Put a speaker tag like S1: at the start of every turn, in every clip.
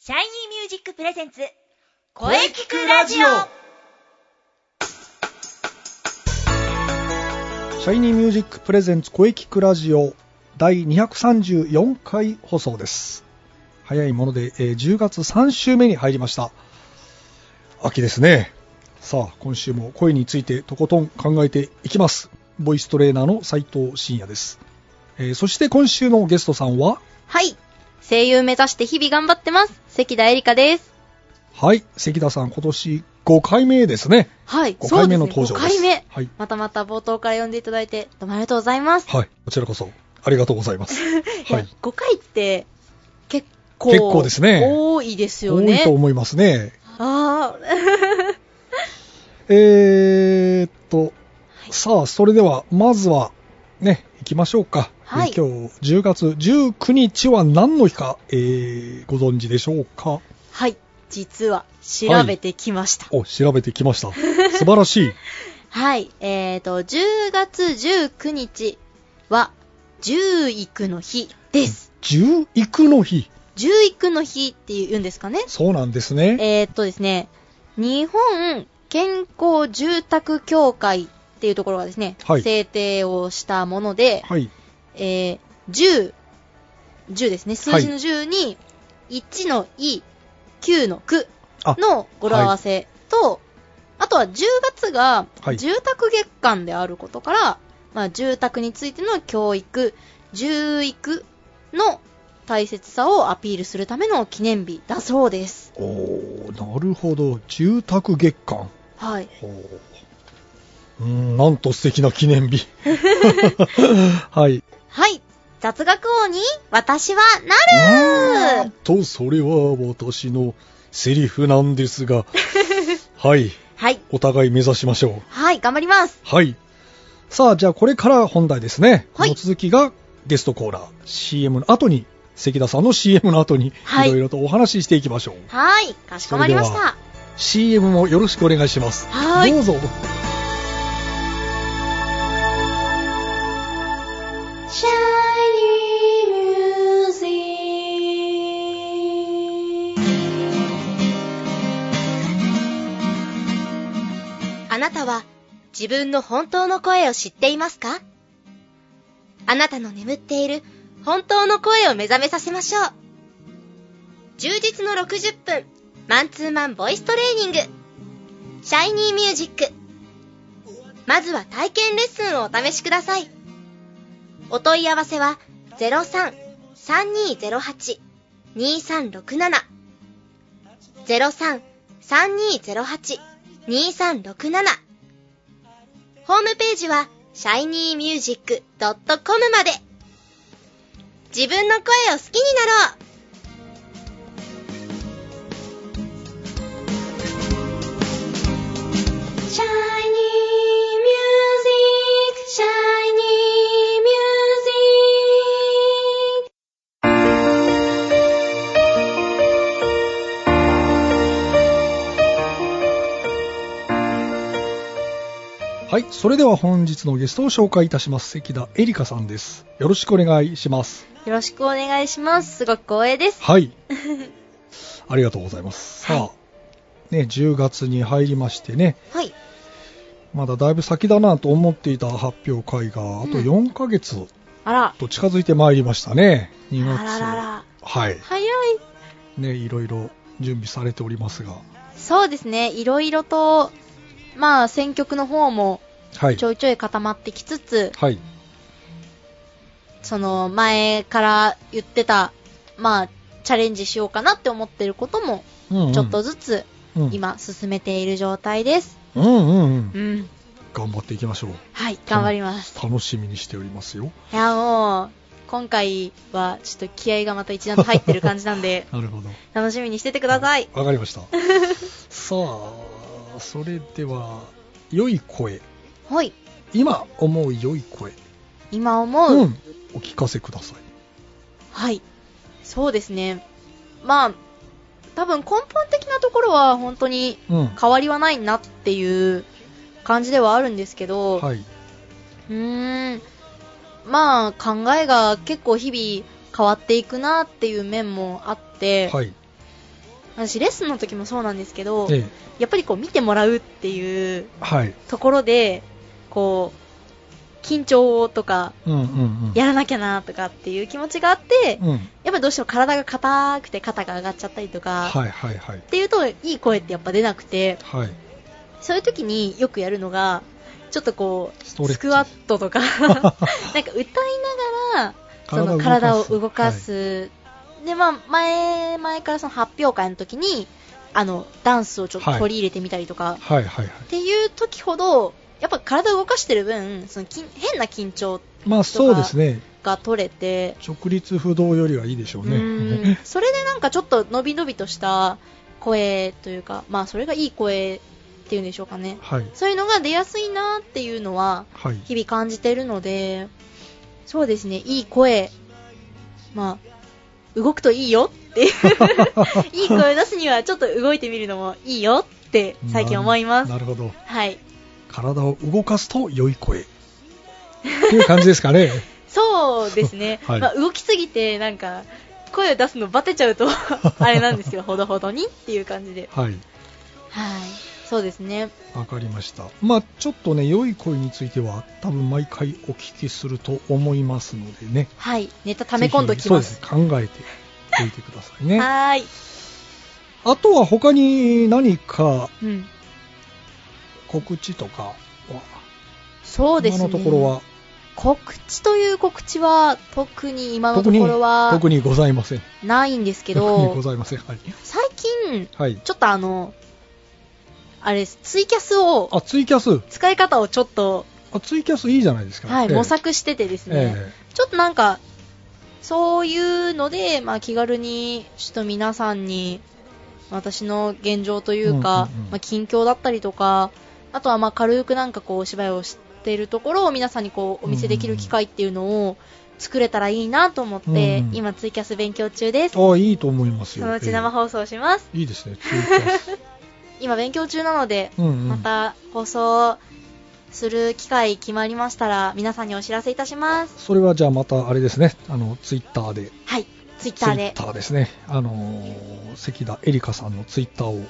S1: シャイニーミュージックプレゼンツ
S2: 声聞くラジオ
S3: シャイニーミュージックプレゼンツ声聞くラジオ第234回放送です。早いもので、えー10月3週目に入りました。秋ですね。さあ、今週も声についてとことん考えていきます。ボイストレーナーの斉藤真也です。えーそして今週のゲストさんは、
S2: はい。声優目指して日々頑張ってます。関田絵里香です。
S3: はい、関田さん今年5回目ですね。
S2: はい。
S3: 5回目の
S2: そう
S3: 登
S2: す
S3: 場
S2: ね
S3: です。
S2: 5回目。
S3: はい。
S2: またまた冒頭から読んでいただいて、どうもありがとうございます。
S3: はい、こちらこそありがとうございます。はい
S2: や。5回って、結構。
S3: 結構ですね
S2: 多いですよ
S3: 多
S2: ね。
S3: いと思いますね。
S2: ああ。
S3: えーっと、さあ、それでは、まずは、ね、行きましょうか。
S2: はい
S3: えー今日、10月19日は何の日か、えーご存知でしょうか
S2: はい。実は、調べてきました。
S3: お、調べてきました。素晴らしい。
S2: はい。えっ、ー、と、10月19日は、十育の日です。
S3: 十育の日。
S2: 十育の日って言うんですかね
S3: そうなんで すね。
S2: えーっとですね、日本健康住宅協会っていうところがですね、
S3: はい
S2: 制定をしたもので、
S3: はい。
S2: えー10、10ですね、数字の10に、1のい、9の9
S3: あ
S2: の語呂合わせと、あとは10月が
S3: はい
S2: 住宅月間であることから、まあ、住宅についての教育、住育の大切さをアピールするための記念日だそうです。
S3: おー、なるほど。住宅月間。
S2: はい。
S3: ほううーん、なんと素敵な記 念日。はい。
S2: はい。雑学王に私はなる
S3: と、それは私のセリフなんです が、はい、
S2: はい。
S3: お互い目指しましょう。
S2: はい、頑張ります。
S3: はい。さあ、じゃあこれから本題ですね。
S2: はい
S3: この続きがゲストコーナー、CM の後に、関田さんの CM の後に、い
S2: はい
S3: ろいろとお話ししていきましょう。
S2: はい。かしこまりまし
S3: それで
S2: た。
S3: CM もよろしくお願いします。
S2: はい
S3: どうぞ。
S2: あなたは自分の本当の声を知っていますかあなたの眠っている本当の声を目覚めさせましょう。充実の60分、マンツーマンボイストレーニング。シャイニーミュージック。まずは体験レッスンをお試しください。お問い合わせは03-3208-2367 03-3208-2367ホームページは shinymusic.com まで自分の声を好きになろうシャイニーミュージック、シャイニーミュージック。
S3: はい、それでは本日のゲストを紹介いたします。関田エリカさんです。よろしくお願いします。
S2: よろしくお願いします。すごく光栄です。
S3: はい。ありがとうございます。さあ、ね、10月に入りましてね、
S2: はい。
S3: まだだいぶ先だなと思っていた発表会が、あと
S2: うん
S3: 4ヶ月
S2: あら。
S3: と近づいてまいりましたね。2月。
S2: あららら。
S3: はい。
S2: 早い。
S3: ね、いろいろ準備されておりますが。
S2: そうですね。いろいろと、まあ、選曲の方も
S3: はい
S2: ち。ょいちょい固まってきつつ、
S3: はい。
S2: その、前から言ってた、まあ、チャレンジしようかなって思ってることも、
S3: うんうん
S2: ちょっと、ずつ
S3: うん、
S2: 今進めている状態です。
S3: うんうんうん。
S2: うん。
S3: 頑張っていきましょう。
S2: はい、頑張ります。
S3: 楽しみにしておりますよ。
S2: いや、もう、今回はちょっと気合がまた一段と入ってる感じなんで
S3: 、なるほど。
S2: 楽しみにしててください。
S3: わかりました。 さあ、それでは、良い声。
S2: はい。
S3: 今思う良い声。
S2: 今思う、
S3: うん。お聞かせください。
S2: はい。そうですね。まあ、多分根本的なところは本当に
S3: うん。
S2: 変わりはないなっていう感じではあるんですけど、
S3: はい。
S2: うーん。まあ、考えが結構日々変わっていくなっていう面もあって、
S3: はい。
S2: 私レッスンの時もそうなんですけど、
S3: ええ、
S2: やっぱりこう見てもらうっていう
S3: はい。
S2: ところでこう緊張とか
S3: うんうんうん。
S2: やらなきゃなとかっていう気持ちがあって、
S3: うん。
S2: やっぱりどうしても体が硬くて肩が上がっちゃったりとか、
S3: はいはいはい。
S2: っていうといい声ってやっぱ出なくて
S3: はい。
S2: そういう時によくやるのがちょっとこう
S3: ストレッチ
S2: スクワットと かなんか歌いながらその体を動か。す、でまあ前前からその発表会の時にあのダンスをちょっと
S3: はい
S2: 取り入れてみたりとか、っ
S3: はいはいはいはい。
S2: ていう時ほどやっぱ体を動かしてる分その緊変な緊張
S3: まあそうですね。
S2: が取れて、
S3: 直立不動よりはいいでしょう
S2: うーん
S3: ね。
S2: それでなんかちょっと伸び伸びとした声というかまあそれがいい声っていうんでしょうかね
S3: はい。
S2: そういうのが出やすいなっていうのは
S3: はい。
S2: 日々感じてるのでそうですねいい声まあ動くといいよって いい声を出すにはちょっと動いてみるのもいいよって最近思います
S3: なるほど。
S2: はい
S3: 体を動かすと良い声。っていう感じですか ね。
S2: そうですね、
S3: はい
S2: まあ、動きすぎてなんか声を出すのバテちゃう とあれなんですけどほどほどにっていう感じで
S3: はい。
S2: はいそうですね
S3: わかりました。まあちょっとね、良い声については多分毎回お聞きすると思いますのでね。
S2: はいネタ溜め込んどきま
S3: ぜ
S2: す
S3: ひそうです。考えておいてくださいね。
S2: はーい、
S3: あとは他に何か
S2: うん、
S3: 告知とかは、
S2: そうですね
S3: 今のところは
S2: 告知という告知は特に今のと
S3: 特
S2: こ
S3: に
S2: ろは
S3: 特にございません。
S2: ないんですけ
S3: 特にご
S2: ど
S3: ざいません。はい。
S2: 最近
S3: はい。
S2: ちょっとあのあれですツイキャスを
S3: あ、ツイキャス。
S2: 使い方をちょっと、
S3: あ、ツイキャスいいじゃないですか。
S2: はい、
S3: ええ
S2: 模索しててですね、
S3: え
S2: ちょっとなんかそういうので、まあ、気軽にちょっと皆さんに私の現状というか、
S3: うんうんうん
S2: まあ、近況だったりとかあとはまあ軽くなんかこうお芝居をしているところを皆さんにこうお見せできる機会っていうのを作れたらいいなと思って、
S3: うんうん
S2: 今ツイキャス勉強中です
S3: えあ、いいと思います
S2: そ
S3: よ。
S2: のうち生
S3: え
S2: 放送します、
S3: えいいですね。ツイキャス。
S2: 今勉強中なので
S3: うん、うん。
S2: また放送する機会決まりましたら皆さんにお知らせいたします
S3: それはじゃあまたあれですね。あの、ツイッターで。
S2: はいツイッ
S3: ツ
S2: タ
S3: イ
S2: ー
S3: ッ
S2: で
S3: ターですね。あのー関田エリカさんのツイッターを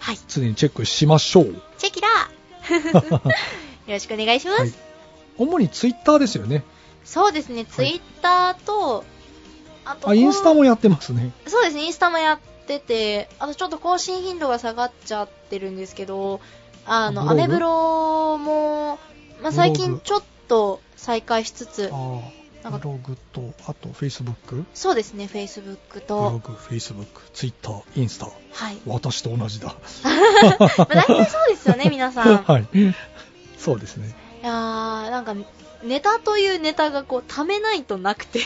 S2: はい
S3: 常にチェックしましょう。
S2: チェキラ ーよろしくお願いします、
S3: はい主にツイッターですよね。
S2: そうですねツイッターと、あと
S3: あ、インスタも
S2: や
S3: やってますね。
S2: そうですねインスタもやっててあとちょっと更新頻度が下がっちゃってるんですけどあのア
S3: ブログ
S2: メブロも、まあ、最
S3: ブロ
S2: 近
S3: グ
S2: ちょっと再開しつつ
S3: あ
S2: な
S3: あ、
S2: んか
S3: ブログと、あと、フェイスブック
S2: そうですねフェイスブック
S3: ブロ
S2: と
S3: グ、フェイスブック、ツイッター、インスタ。
S2: はい、
S3: 私と同じだ。
S2: まあ、大体そうですよね皆さん、 い、
S3: はい。そうですね。
S2: やーなんかネタというネタがこうためないとなくて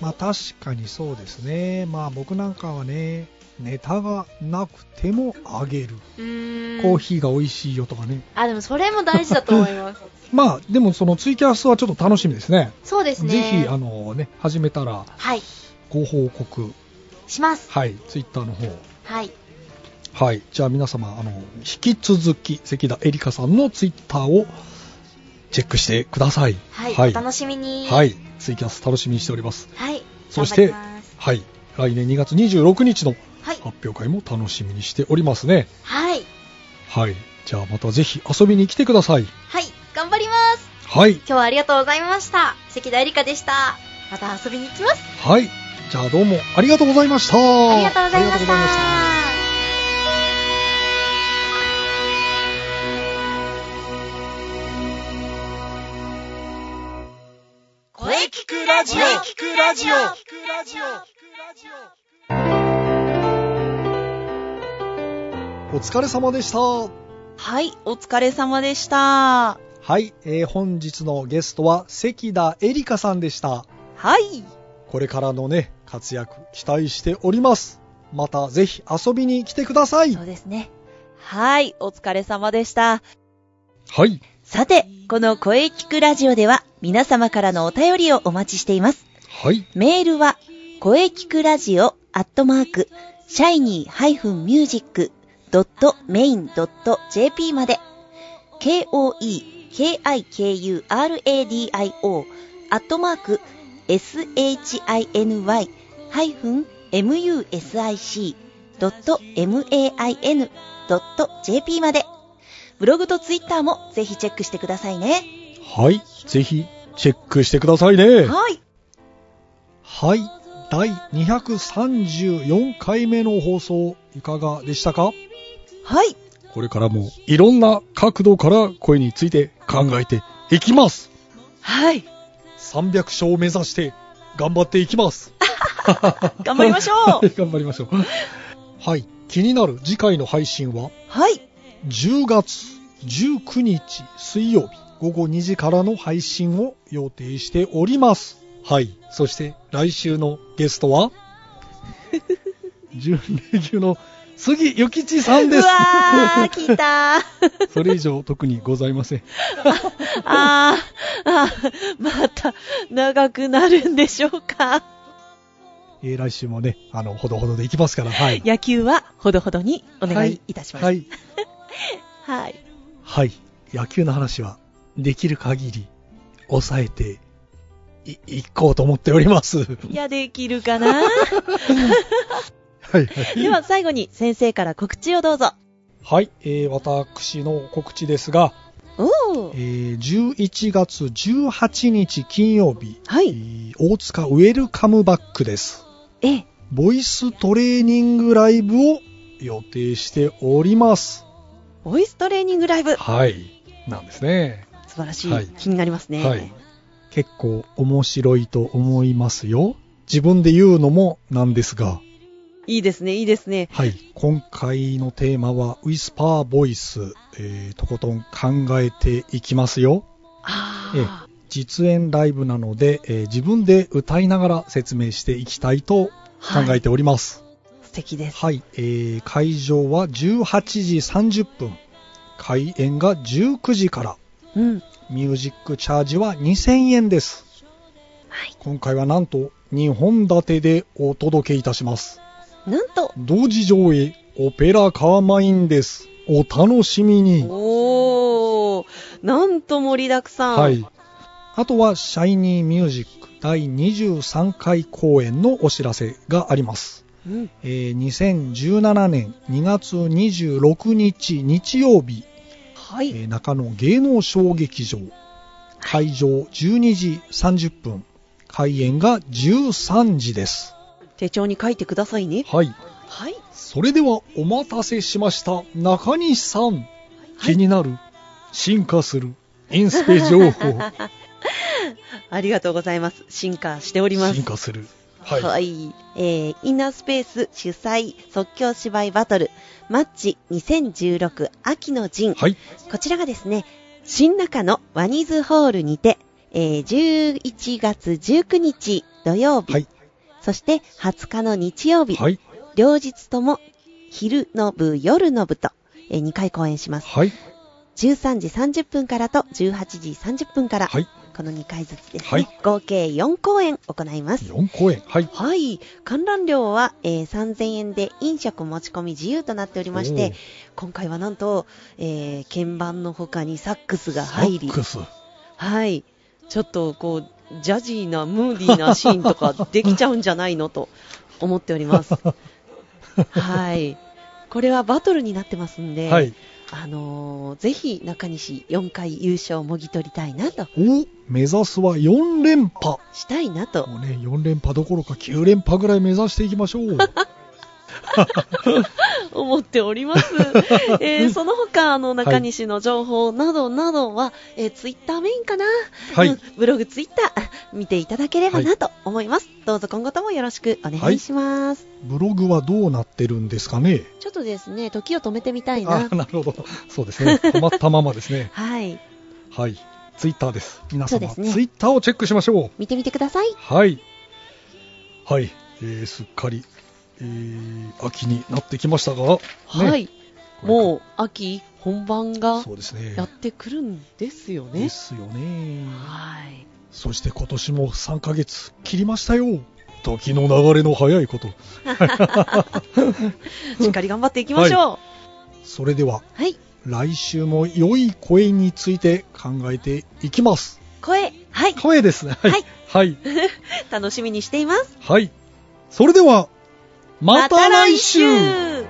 S3: まあ確かにそうですね。まあ僕なんかはね、ネタがなくてもあげる。
S2: うーん
S3: コーヒーが美味しいよとかね。
S2: あでもそれも大事だと思い ます
S3: まあでもそのツイキャスはちょっと楽しみですね。
S2: そうですね
S3: ぜひ、あのね、始めたら
S2: はい
S3: ご報告。
S2: します
S3: はい、ツイッターの方。
S2: はい
S3: はい。じゃあ皆様、あの、引き続き、関田エリカさんのツイッターをチェックしてください。
S2: はい、
S3: はい
S2: お。楽しみに、
S3: はいいツイキャス楽しみにしております。
S2: はい、
S3: そして
S2: 頑張ります
S3: はい。来年2月26日の
S2: はい
S3: 発表会も楽しみにしておりますね。
S2: はい
S3: はい。じゃあまたぜひ遊びに来てください。
S2: はい頑張ります
S3: はい。
S2: 今日はありがとうございました関田絵里香でしたまた遊びに行きます
S3: はい。じゃあどうもありがとうございました。
S2: ありがとうございま
S3: あり
S2: し
S3: がとうございました
S2: 声聞くラジオ
S3: お疲れ様でした。
S1: はい、お疲れ様でした。は
S3: はい、えー本日のゲストは関田エリカさんでした。
S1: い。
S3: これからのね、活躍期待しております。またぜひ遊びに来てください。
S1: そうですね。はい、お疲れ様でした。
S3: はい。
S1: さて、この声聞くラジオでは皆様からのお便りをお待ちしています。
S3: はい。
S1: メールは、声聞くラジオアットマーク、シャイニー -music.main.jp まで、k-o-e-k-i-k-u-r-a-d-i-o アットマーク、shiny-music.main.jp radio.main.jp まで。ブログとツイッターもぜひチェックしてくださいね。
S3: はい。ぜひ、チェックしてくださいね。
S1: はい。
S3: はい。第234回目の放送、いかがでしたか
S1: はい。
S3: これからも、いろんな角度から声について考えていきます。
S1: はい。
S3: 300勝を目指して、頑張っていきます。
S1: 頑張りましょ。
S3: はいう 頑張りましょう。はい。気になる次回の配信は、
S1: はい。
S3: 10月19日水曜日午後2時からの配信を予定しております。はい。そして来週のゲス トは、準レギュの杉ゆきちさんで
S1: う
S3: す。
S1: わー、聞いたー。
S3: それ以上特にございません。
S1: あー、あー、また長くなるんでしょうか。
S3: えー来週もね、あの、ほどほどでいきますから、はい。
S1: 野球はほどほどにお願いいたします。
S3: は
S1: はい。
S3: い。はい。野球の話は、できる限り、抑えてい、いこうと思っております。はい
S1: や、できるかな
S3: い。
S1: では最後に先生から告知をどうぞ。
S3: はい、えー私の告知ですが、
S1: お
S3: え
S1: ー。
S3: ー11月18日金曜日、
S1: は
S3: え
S1: い。
S3: ー大塚ウェルカムバックです。
S1: ええ、
S3: ボイストレーニングライブを予定しております。
S1: ボイストレーニングライブ。
S3: はい、なんですね。
S1: 素晴らしい。
S3: はい
S1: 気になりますね。
S3: はい。結構面白いと思いますよ。自分で言うのもなんですが、
S1: いいですね、いいですね。
S3: はい、今回のテーマは、ウィスパーボイス、えーとことん考えていきますよ。
S1: あ
S3: ええ
S1: あ、
S3: 実演ライブなので、えー自分で歌いながら説明していきたいと考
S1: は
S3: え
S1: い、
S3: ております。
S1: 素敵です。
S3: はい、えー会場は18時30分、開演が19時から、
S1: うん。
S3: ミュージックチャージは2000円です。
S1: はい。
S3: 今回はなんと2本立てでお届けいたします。
S1: なんと、
S3: 同時上映、オペラカーマインです。お楽しみに。
S1: おー、なんと盛りだくさん。
S3: はい。あとは、シャイニーミュージック第23回公演のお知らせがあります。
S1: うん。
S3: えー2017年2月26日日曜日、
S1: はい。
S3: えー中野芸能小劇場、会場12時30分、開演が13時です。
S1: 手帳に書いてくださいね。
S3: はい。
S1: はい。
S3: それではお待たせしました、中西さん。気になる、進化する、インスペ 情報。
S1: ありがとうございます。進化しております。
S3: 進化する。
S1: はい、えー、インナースペース主催即興芝居バトルマッチ2016秋の陣、
S3: はい。
S1: こちらがですね、新中野ワニズホールにて、えー11月19日土曜日、
S3: はい。
S1: そして20日の日曜日、
S3: はい。
S1: 両日とも昼の部、夜の部と、え2回公演します。
S3: はい。
S1: 13時30分からと18時30分から、
S3: はい。
S1: この2回ずつですね、
S3: はい
S1: 合計4公演行います。
S3: 4公演。はい。
S1: はい。観覧料は、えー3000円で飲食持ち込み自由となっておりまして、今回はなんと、えー鍵盤の他にサックス
S3: おー、
S1: が入
S3: サ
S1: り
S3: ッ、クス。
S1: はい。ちょっとこう、ジャジーな、ムーディーなシーンとかできちゃうんじゃないのと思っております。はい。これはバトルになってますんで、
S3: はい。
S1: あのーぜひ中西4回優勝をもぎ取りたいなと、
S3: お目指すは4連覇。
S1: したいなと
S3: もうね、4連覇どころか9連覇ぐらい目指していきまし ょう。
S1: 思っており ます。えーその他、あの、中西の情報などなどは、えツイッター Twitter メインかな、
S3: はい
S1: うんブログ、ツイッター、見ていただければなと思います。どうぞ今後ともよろしくお願いします。
S3: ブログはどうなってるんですかね
S1: ちょっとですね、時を止めてみたい
S3: あ
S1: な
S3: ー。なるほど。そうですね。止まったままですね。
S1: はい。
S3: はい。ツイッターです。皆
S1: そ
S3: 様、
S1: うですね
S3: ツイッターをチェックしましょう。
S1: 見てみてください。
S3: はい。はい。えー、すっかり、えー、秋になってきましたが、ね、
S1: はい。
S3: これから
S1: もう、秋本番が
S3: そうですね。
S1: やってくるんですよ
S3: で
S1: ね。
S3: すよね。
S1: はい。
S3: そして今年も3ヶ月切りましたよ。時の流れの早いこと。
S1: しっかり頑張っていきましょ
S3: それでは、
S1: う。はい。
S3: 来週も良い声について考えていきます。
S1: 声、はい。
S3: 声ですね。はい。はい。
S1: 楽しみにしています。
S3: はい。それでは、また来週